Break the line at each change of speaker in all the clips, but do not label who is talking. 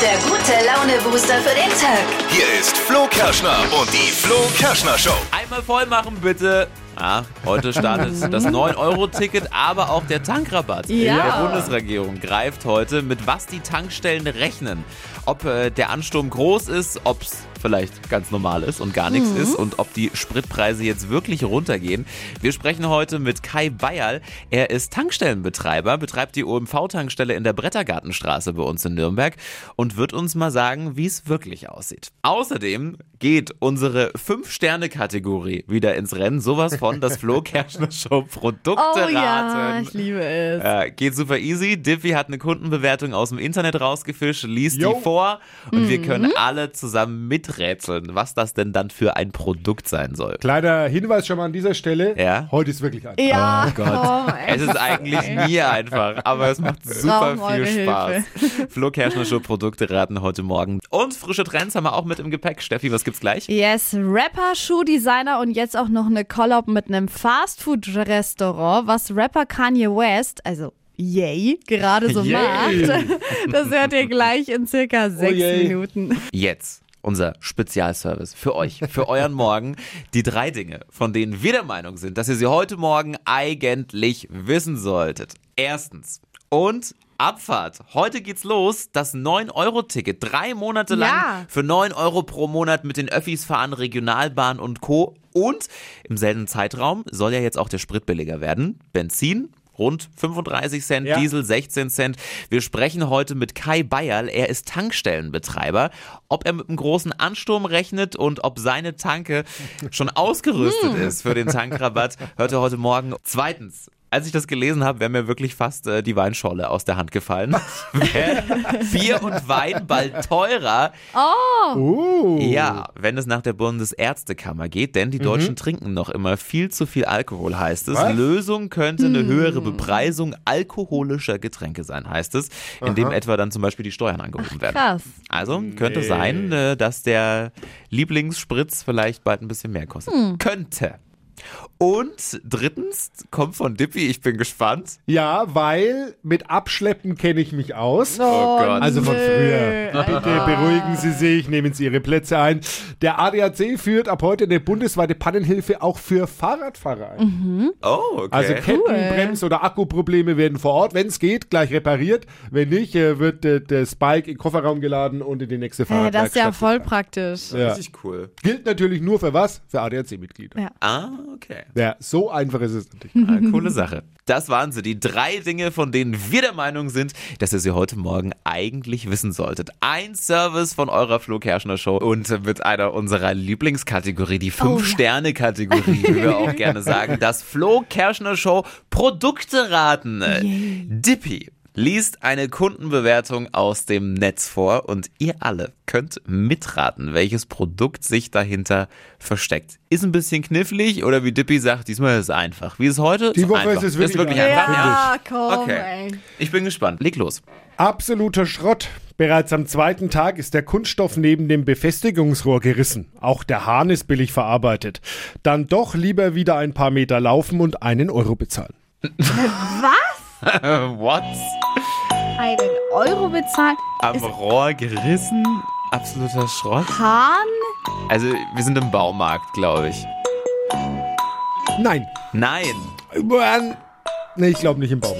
der gute Laune-Booster für den Tag.
Hier ist Flo Kerschner und die Flo Kerschner Show.
Einmal voll machen, bitte. Ah, heute startet das 9-Euro-Ticket, aber auch der Tankrabatt
Ja.
der Bundesregierung greift heute, mit was die Tankstellen rechnen. Ob äh, der Ansturm groß ist, ob es vielleicht ganz normal ist und gar
Mhm.
nichts ist und ob die Spritpreise jetzt wirklich runtergehen. Wir sprechen heute mit Kai Bayerl. Er ist Tankstellenbetreiber, betreibt die OMV-Tankstelle in der Brettergartenstraße bei uns in Nürnberg und wird uns mal sagen, wie es wirklich aussieht. Außerdem geht unsere 5-Sterne-Kategorie wieder ins Rennen. Sowas von, dass Flo Kerschner Show Produkte
Oh
raten.
ja, ich liebe es.
Äh, geht super easy. Diffie hat eine Kundenbewertung aus dem Internet rausgefischt, liest
Jo.
die vor und
Mhm.
wir können alle zusammen miträtseln, was das denn dann für ein Produkt sein soll.
Kleiner Hinweis schon mal an dieser Stelle.
Ja.
Heute ist wirklich einfach.
Ja, komm,
Oh
ey.
Es ist eigentlich nie einfach, aber es macht super
Brauchen eure
viel Spaß.
Hilfe.
Flo Kerschner Show Produkte raten heute Morgen. Und frische Trends haben wir auch mit im Gepäck. Steffi, was gibt's gleich?
Yes, Rapper, Schuhdesigner und jetzt auch noch eine Collab mit einem Fastfood-Restaurant, was Rapper Kanye West, also Yay, gerade so
Yay. Oh
macht. Das hört ihr gleich in circa sechs
yay.
Minuten.
Jetzt unser Spezialservice für euch, für euren Morgen. Die drei Dinge, von denen wir der Meinung sind, dass ihr sie heute Morgen eigentlich wissen solltet. Erstens und Abfahrt. Heute geht's los. Das 9-Euro-Ticket. Drei Monate lang
Ja.
für 9 Euro pro Monat mit den Öffis fahren, Regionalbahn und Co. Und im selben Zeitraum soll ja jetzt auch der Sprit billiger werden. Benzin rund 35 Cent,
Ja.
Diesel 16 Cent. Wir sprechen heute mit Kai Bayerl. Er ist Tankstellenbetreiber. Ob er mit einem großen Ansturm rechnet und ob seine Tanke schon ausgerüstet ist für den Tankrabatt, hört er heute Morgen. Zweitens. Als ich das gelesen habe, wäre mir wirklich fast äh, die Weinscholle aus der Hand gefallen. Wär Bier und Wein bald teurer,
Uh.
ja, wenn es nach der Bundesärztekammer geht, denn die Deutschen trinken noch immer viel zu viel Alkohol, heißt es.
Mhm. Was?
Lösung könnte eine höhere Bepreisung alkoholischer Getränke sein, heißt es, indem etwa dann zum Beispiel die Steuern angehoben werden.
Krass.
Also könnte sein, äh, dass der Lieblingsspritz vielleicht bald ein bisschen mehr kostet. Könnte. Und drittens kommt von Dippy, ich bin gespannt.
Ja, weil mit Abschleppen kenne ich mich aus.
Oh Gott.
Also von
Oh, nö.
früher. Bitte beruhigen Sie sich, nehmen Sie Ihre Plätze ein. Der ADAC führt ab heute eine bundesweite Pannenhilfe auch für Fahrradfahrer ein.
Mhm.
Oh, okay.
Also Ketten, Brems- oder Akkuprobleme werden vor Ort, wenn es geht, gleich repariert. Wenn nicht, äh, wird äh, das Bike in den Kofferraum geladen und in die nächste
Ah,
Äh,
Fahrradwerkstatt.
das ist ja voll praktisch.
Ja.
Richtig cool.
Gilt natürlich nur für was? Für ADAC-Mitglieder.
Ja.
Ah, okay.
Ja, so einfach ist es natürlich.
Ah, coole Sache. Das waren sie, die drei Dinge, von denen wir der Meinung sind, dass ihr sie heute Morgen eigentlich wissen solltet. Ein Service von eurer Flo Kerschner Show und mit einer unserer Lieblingskategorie, die Fünf-Sterne-Kategorie, wie wir auch gerne sagen, das Flo Kerschner Show Produkte raten. Dippy liest eine Kundenbewertung aus dem Netz vor und ihr alle könnt mitraten, welches Produkt sich dahinter versteckt. Ist ein bisschen knifflig oder wie Dippy sagt, diesmal ist es einfach. Wie ist heute?
Die Woche
einfach.
ist es wirklich
Ja,
einfach. Ja.
komm,
Okay.
ey.
Ich bin gespannt. Leg los.
Absoluter Schrott. Bereits am zweiten Tag ist der Kunststoff neben dem Befestigungsrohr gerissen. Auch der Hahn ist billig verarbeitet. Dann doch lieber wieder ein paar Meter laufen und einen Euro bezahlen.
Äh, What?
Einen Euro bezahlt.
Am Rohr gerissen? Absoluter Schrott.
Hahn?
Also, wir sind im Baumarkt, glaube ich.
Nein.
Nein.
Nee, ich glaube nicht im Baum.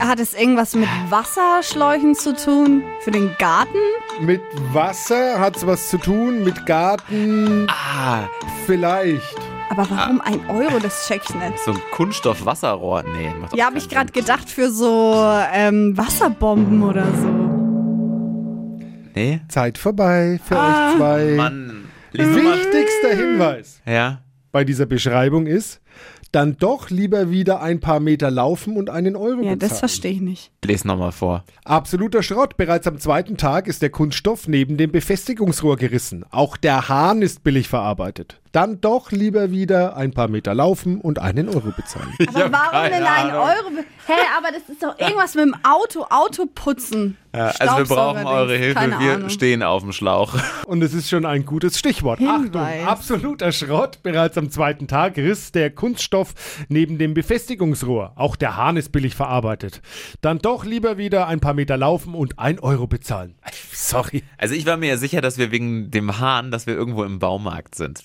Hat es irgendwas mit Wasserschläuchen zu tun? Für den Garten?
Mit Wasser hat's was zu tun, mit Garten
Ah,
vielleicht.
Aber warum ein Euro? Das check ich nicht.
so ein Kunststoff-Wasserrohr. Nee, macht doch
Ja, habe
keinen
ich gerade gedacht für so ähm, Wasserbomben oder so.
Sinn. Nee?
Zeit vorbei für
Ah.
euch zwei.
Mann. Lies doch mal.
Wichtigster Hinweis
Ja.
bei dieser Beschreibung ist, dann doch lieber wieder ein paar Meter laufen und einen Euro
Ja,
bezahlen.
das verstehe ich nicht.
Lies nochmal vor.
Absoluter Schrott. Bereits am zweiten Tag ist der Kunststoff neben dem Befestigungsrohr gerissen. Auch der Hahn ist billig verarbeitet. Dann doch lieber wieder ein paar Meter laufen und einen Euro bezahlen.
Aber warum denn ein Euro? Hä, aber das ist doch irgendwas mit dem Auto, Auto putzen.
also wir brauchen
Staubsaugerdings.
eure Hilfe.
Keine
wir
Ahnung.
stehen auf dem Schlauch.
Und es ist schon ein gutes Stichwort.
Hinweis.
Achtung, absoluter Schrott. Bereits am zweiten Tag riss der Kunststoff neben dem Befestigungsrohr. Auch der Hahn ist billig verarbeitet. Dann doch lieber wieder ein paar Meter laufen und ein Euro bezahlen. Sorry.
Also ich war mir ja sicher, dass wir wegen dem Hahn, dass wir irgendwo im Baumarkt sind.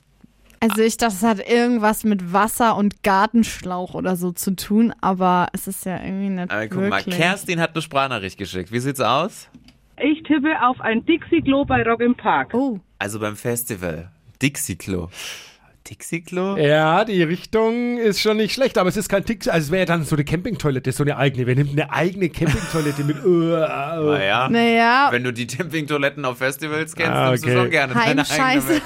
Also ich dachte, es hat irgendwas mit Wasser und Gartenschlauch oder so zu tun, aber es ist ja irgendwie nicht
Aber guck mal,
wirklich.
Kerstin hat eine Sprachnachricht geschickt. Wie sieht's aus?
Ich tippe auf ein Dixie-Klo bei Rock im Park.
oh,
Also beim Festival. Dixie-Klo. Dixie-Klo?
Ja, die Richtung ist schon nicht schlecht, aber es ist kein Tick. Also es wäre ja dann so eine Campingtoilette, so eine eigene. Wer nimmt eine eigene Campingtoilette mit? Äh, äh,
Naja.
naja,
Ah Wenn du die Campingtoiletten auf Festivals kennst,
Ah,
nimmst du
okay.
schon gerne deine
Heimscheiße.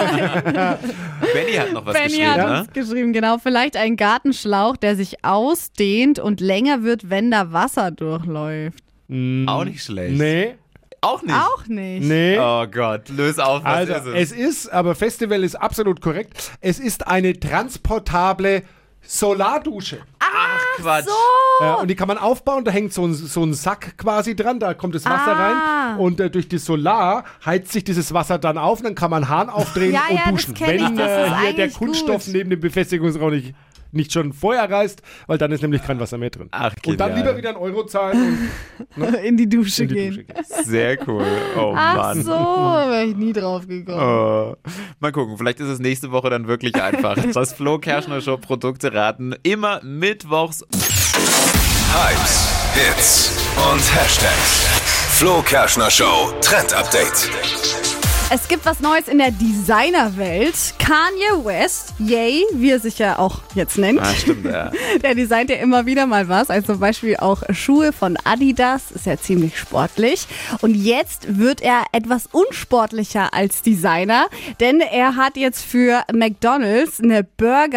eigene. Benny hat noch was
Benny
geschrieben,
hat
ne?
uns geschrieben, genau. Vielleicht ein Gartenschlauch, der sich ausdehnt und länger wird, wenn da Wasser durchläuft.
Auch nicht schlecht.
nee,
Auch nicht.
Auch nicht.
nee.
Oh Gott, löse auf, was
also
Ah, ist
es ist, aber Festival ist absolut korrekt. Es ist eine transportable Solardusche.
Ach Quatsch.
Ja,
Oh.
und die kann man aufbauen, da hängt so ein, so ein Sack quasi dran, da kommt das Wasser
Ah.
rein und äh, durch die Solar heizt sich dieses Wasser dann auf und dann kann man Hahn aufdrehen
Ja,
und
ja, das
duschen.
kenn ich,
Wenn
das
äh, hier
ist
der
eigentlich
Kunststoff
gut.
neben dem Befestigungsraum nicht, nicht schon vorher reißt, weil dann ist nämlich kein Wasser mehr drin.
Ach,
und dann
genial.
lieber wieder einen Euro zahlen und
In die Dusche
in die
gehen.
Dusche gehen.
Sehr cool. Oh
Ach
Mann.
so, wäre ich nie drauf gekommen.
Äh, Mal gucken, vielleicht ist es nächste Woche dann wirklich einfach. Das Flo Kerschner Show Produkte raten immer mittwochs
Hypes, Hits und Hashtags. Flo Kerschner Show Trend Update.
Oh.
Es gibt was Neues in der Designerwelt. Kanye West, yay, wie er sich ja auch jetzt nennt.
Ah, stimmt, ja.
Der designt ja immer wieder mal was, also zum Beispiel auch Schuhe von Adidas, ist ja ziemlich sportlich. Und jetzt wird er etwas unsportlicher als Designer, denn er hat jetzt für McDonald's eine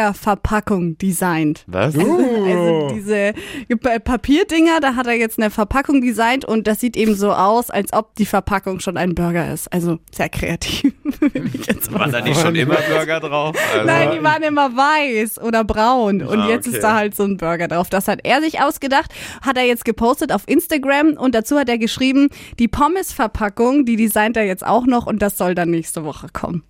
Burger-Verpackung designt.
Was?
Also diese Pa- Papierdinger, da hat er jetzt eine Verpackung designt und das sieht eben so aus, als ob die Verpackung schon ein Burger ist. Also sehr kreativ, würde ich jetzt mal
War da nicht schon immer Burger drauf? Also,
Nein, die waren immer weiß oder braun. Und
Ah,
jetzt
okay.
ist da halt so ein Burger drauf. Das hat er sich ausgedacht, hat er jetzt gepostet auf Instagram und dazu hat er geschrieben, die Pommes-Verpackung, die designt er jetzt auch noch und das soll dann nächste Woche kommen.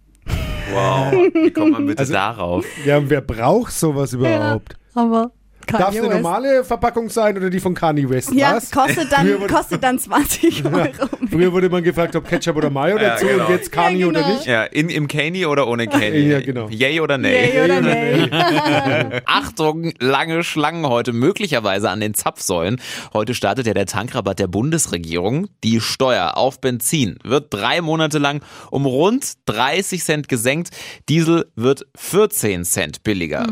Wow, wie kommt man bitte
Also
darauf?
Ja, wer braucht sowas überhaupt?
Aber Kanye
Darf es eine
West.
normale Verpackung sein oder die von Kanye West?
Ja,
Was?
kostet
Früher
dann,
wurde-
kostet dann 20 Euro.
Früher wurde man gefragt, ob Ketchup oder Mayo
Ja,
dazu
genau.
und jetzt Kanye
Ja,
oder
genau.
nicht.
Ja, in, im Caney oder ohne Caney?
Ja, genau.
Yay oder nay?
Yay oder nay?
Achtung, lange Schlangen heute möglicherweise an den Zapfsäulen. Heute startet ja der Tankrabatt der Bundesregierung. Die Steuer auf Benzin wird drei Monate lang um rund 30 Cent gesenkt. Diesel wird 14 Cent billiger.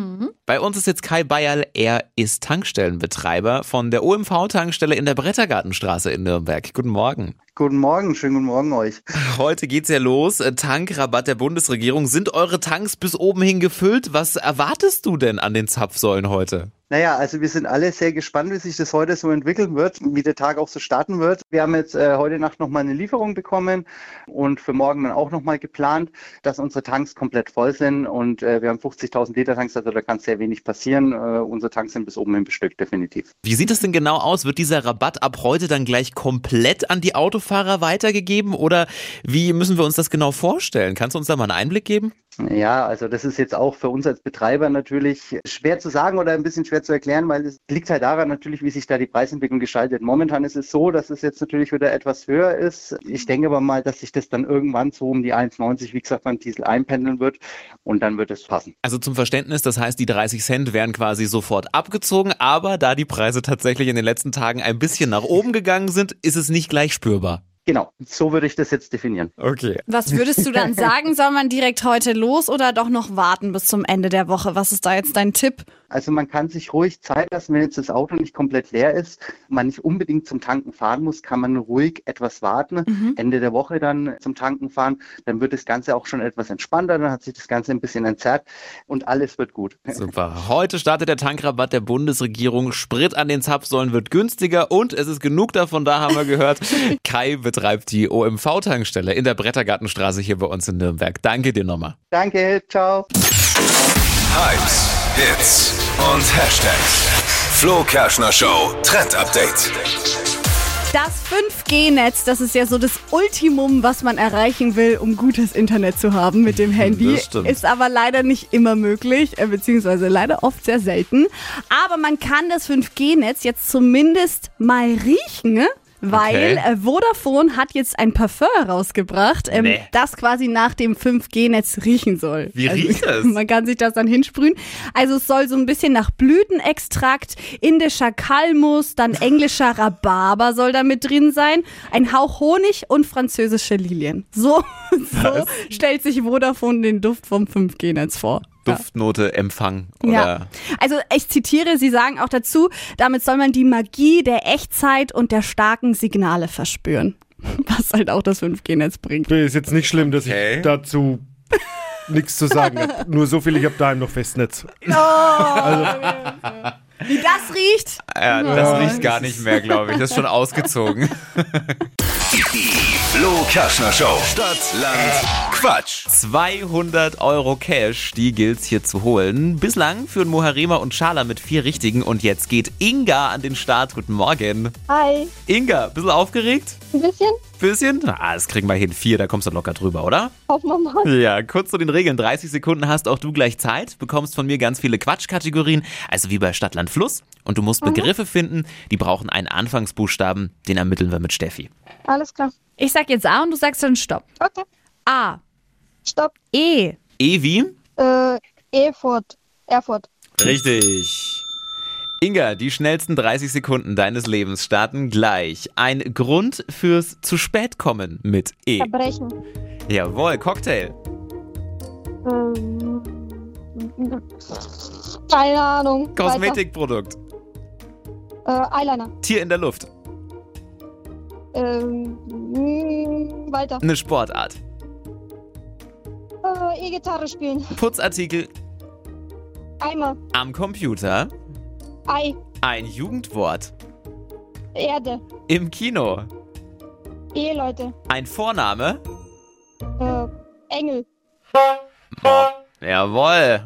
Bei uns ist jetzt Kai Bayerl. Er ist Tankstellenbetreiber von der OMV-Tankstelle in der Brettergartenstraße in Nürnberg. Guten Morgen.
Guten Morgen, schönen guten Morgen euch.
Heute geht's ja los. Äh, Tankrabatt der Bundesregierung. Sind eure Tanks bis oben hin gefüllt? Was erwartest du denn an den Zapfsäulen heute?
Naja, also wir sind alle sehr gespannt, wie sich das heute so entwickeln wird, wie der Tag auch so starten wird. Wir haben jetzt äh, heute Nacht nochmal eine Lieferung bekommen und für morgen dann auch nochmal geplant, dass unsere Tanks komplett voll sind und äh, wir haben 50.000 Liter Tanks, also da kann sehr wenig passieren. Äh, unsere Tanks sind bis oben hin bestückt, definitiv.
Wie sieht es denn genau aus? Wird dieser Rabatt ab heute dann gleich komplett an die Autofahrer weitergegeben oder wie müssen wir uns das genau vorstellen? Kannst du uns da mal einen Einblick geben?
Ja, also das ist jetzt auch für uns als Betreiber natürlich schwer zu sagen oder ein bisschen schwer zu erklären, weil es liegt halt daran natürlich, wie sich da die Preisentwicklung gestaltet. Momentan ist es so, dass es jetzt natürlich wieder etwas höher ist. Ich denke aber mal, dass sich das dann irgendwann so um die 1,90, wie gesagt, beim Diesel einpendeln wird und dann wird es passen.
Also zum Verständnis, das heißt, die 30 Cent wären quasi sofort abgezogen, aber da die Preise tatsächlich in den letzten Tagen ein bisschen nach oben gegangen sind, ist es nicht gleich spürbar.
Genau, so würde ich das jetzt definieren.
Okay.
Was würdest du dann sagen? Soll man direkt heute los oder doch noch warten bis zum Ende der Woche? Was ist da jetzt dein Tipp?
Also man kann sich ruhig Zeit lassen, wenn jetzt das Auto nicht komplett leer ist, man nicht unbedingt zum Tanken fahren muss, kann man ruhig etwas warten, Ende der Woche dann zum Tanken fahren, dann wird das Ganze auch schon etwas entspannter, dann hat sich das Ganze ein bisschen entzerrt und alles wird gut.
Super. Heute startet der Tankrabatt der Bundesregierung. Sprit an den Zapfsäulen wird günstiger und es ist genug davon da, haben wir gehört. Kai betreibt die OMV-Tankstelle in der Brettergartenstraße hier bei uns in Nürnberg. Danke dir nochmal.
Danke, ciao.
Hypes, Hits und Hashtags. Flo Kerschner Show Trend Update.
Das 5G-Netz, das ist ja so das Ultimum, was man erreichen will, um gutes Internet zu haben mit dem Handy.
Das stimmt.
Ist aber leider nicht immer möglich, äh, beziehungsweise leider oft sehr selten. Aber man kann das 5G-Netz jetzt zumindest mal riechen. ne? weil
Okay.
äh, Vodafone hat jetzt ein Parfum rausgebracht, ähm,
Nee.
das quasi nach dem 5G-Netz riechen soll.
Wie riecht es?
Also Man kann sich das dann hinsprühen. Also es soll so ein bisschen nach Blütenextrakt, indischer Kalmus, dann englischer Rhabarber soll da mit drin sein, ein Hauch Honig und französische Lilien. So, so stellt sich Vodafone den Duft vom 5G-Netz vor. Ja.
Duftnote, Empfang oder
Also ich zitiere, Sie sagen auch dazu, damit soll man die Magie der Echtzeit und der starken Signale verspüren. Was halt auch das 5G-Netz bringt.
Ist jetzt nicht schlimm, dass
Okay.
ich dazu nichts zu sagen habe. Nur so viel, ich habe daheim noch Festnetz.
Wie das riecht?
ja, Äh, das riecht gar nicht mehr, glaube ich. Das ist schon ausgezogen.
Flo Kerschner Show. Stadt, Land, Quatsch.
200 Euro Cash, die gilt's hier zu holen. Bislang führen Moharema und Schala mit vier Richtigen und jetzt geht Inga an den Start. Guten Morgen.
Hi,
Inga, bisschen aufgeregt?
ein bisschen?
Bisschen? Ah, das kriegen wir hin. Vier, da kommst du locker drüber, oder?
Hoffen wir mal.
Ja, kurz zu den Regeln. 30 Sekunden hast auch du gleich Zeit, bekommst von mir ganz viele Quatschkategorien, also wie bei Stadtland Fluss. Und du musst Begriffe finden, die brauchen einen Anfangsbuchstaben, den ermitteln wir mit Steffi.
Alles klar.
Ich sag jetzt A und du sagst dann Stopp.
Okay,
A,
stopp.
E,
E wie?
Äh, Erfurt. Erfurt.
Richtig. Inga, die schnellsten 30 Sekunden deines Lebens starten gleich. Ein Grund fürs zu spät kommen mit E.
Verbrechen.
Jawohl, Cocktail.
Ähm, keine Ahnung.
Kosmetikprodukt.
Weiter. Äh, Eyeliner.
Tier in der Luft.
Ähm, mm, weiter.
Eine Sportart.
Äh, E-Gitarre spielen.
Putzartikel
Eimer.
am Computer.
Ei.
Ein Jugendwort.
Erde.
Im Kino.
Eheleute.
Ein Vorname.
Äh, Engel.
Jawohl.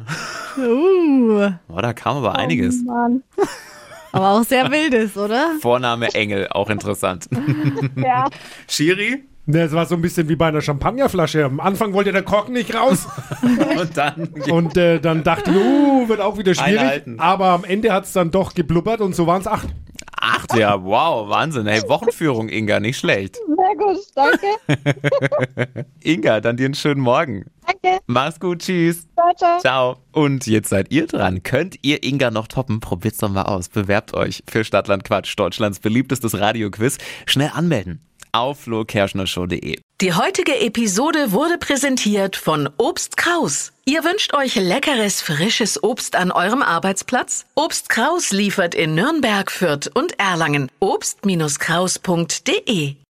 U.
Oh, da kam aber einiges.
Oh Mann.
Aber auch sehr wildes, oder?
Vorname Engel, auch interessant.
Ja.
Schiri.
Das war so ein bisschen wie bei einer Champagnerflasche. Am Anfang wollte der Korken nicht raus.
Und dann.
Und äh, dann dachte ich, uh, wird auch wieder schwierig.
Einhalten.
Aber am Ende hat es dann doch geblubbert und so waren es acht.
Acht, ja, wow, Wahnsinn. Hey, Wochenführung, Inga, nicht schlecht.
Sehr gut. Danke.
Inga, dann dir einen schönen Morgen.
Danke.
Mach's gut, tschüss.
Ciao, ciao.
Ciao. Und jetzt seid ihr dran. Könnt ihr Inga noch toppen? Probiert's doch mal aus. Bewerbt euch für Stadtland Quatsch, Deutschlands beliebtestes Radioquiz. Schnell anmelden auf flokerschnershow.de.
Die heutige Episode wurde präsentiert von Obst Kraus. Ihr wünscht euch leckeres, frisches Obst an eurem Arbeitsplatz? Obst Kraus liefert in Nürnberg, Fürth und Erlangen. Obst-Kraus.de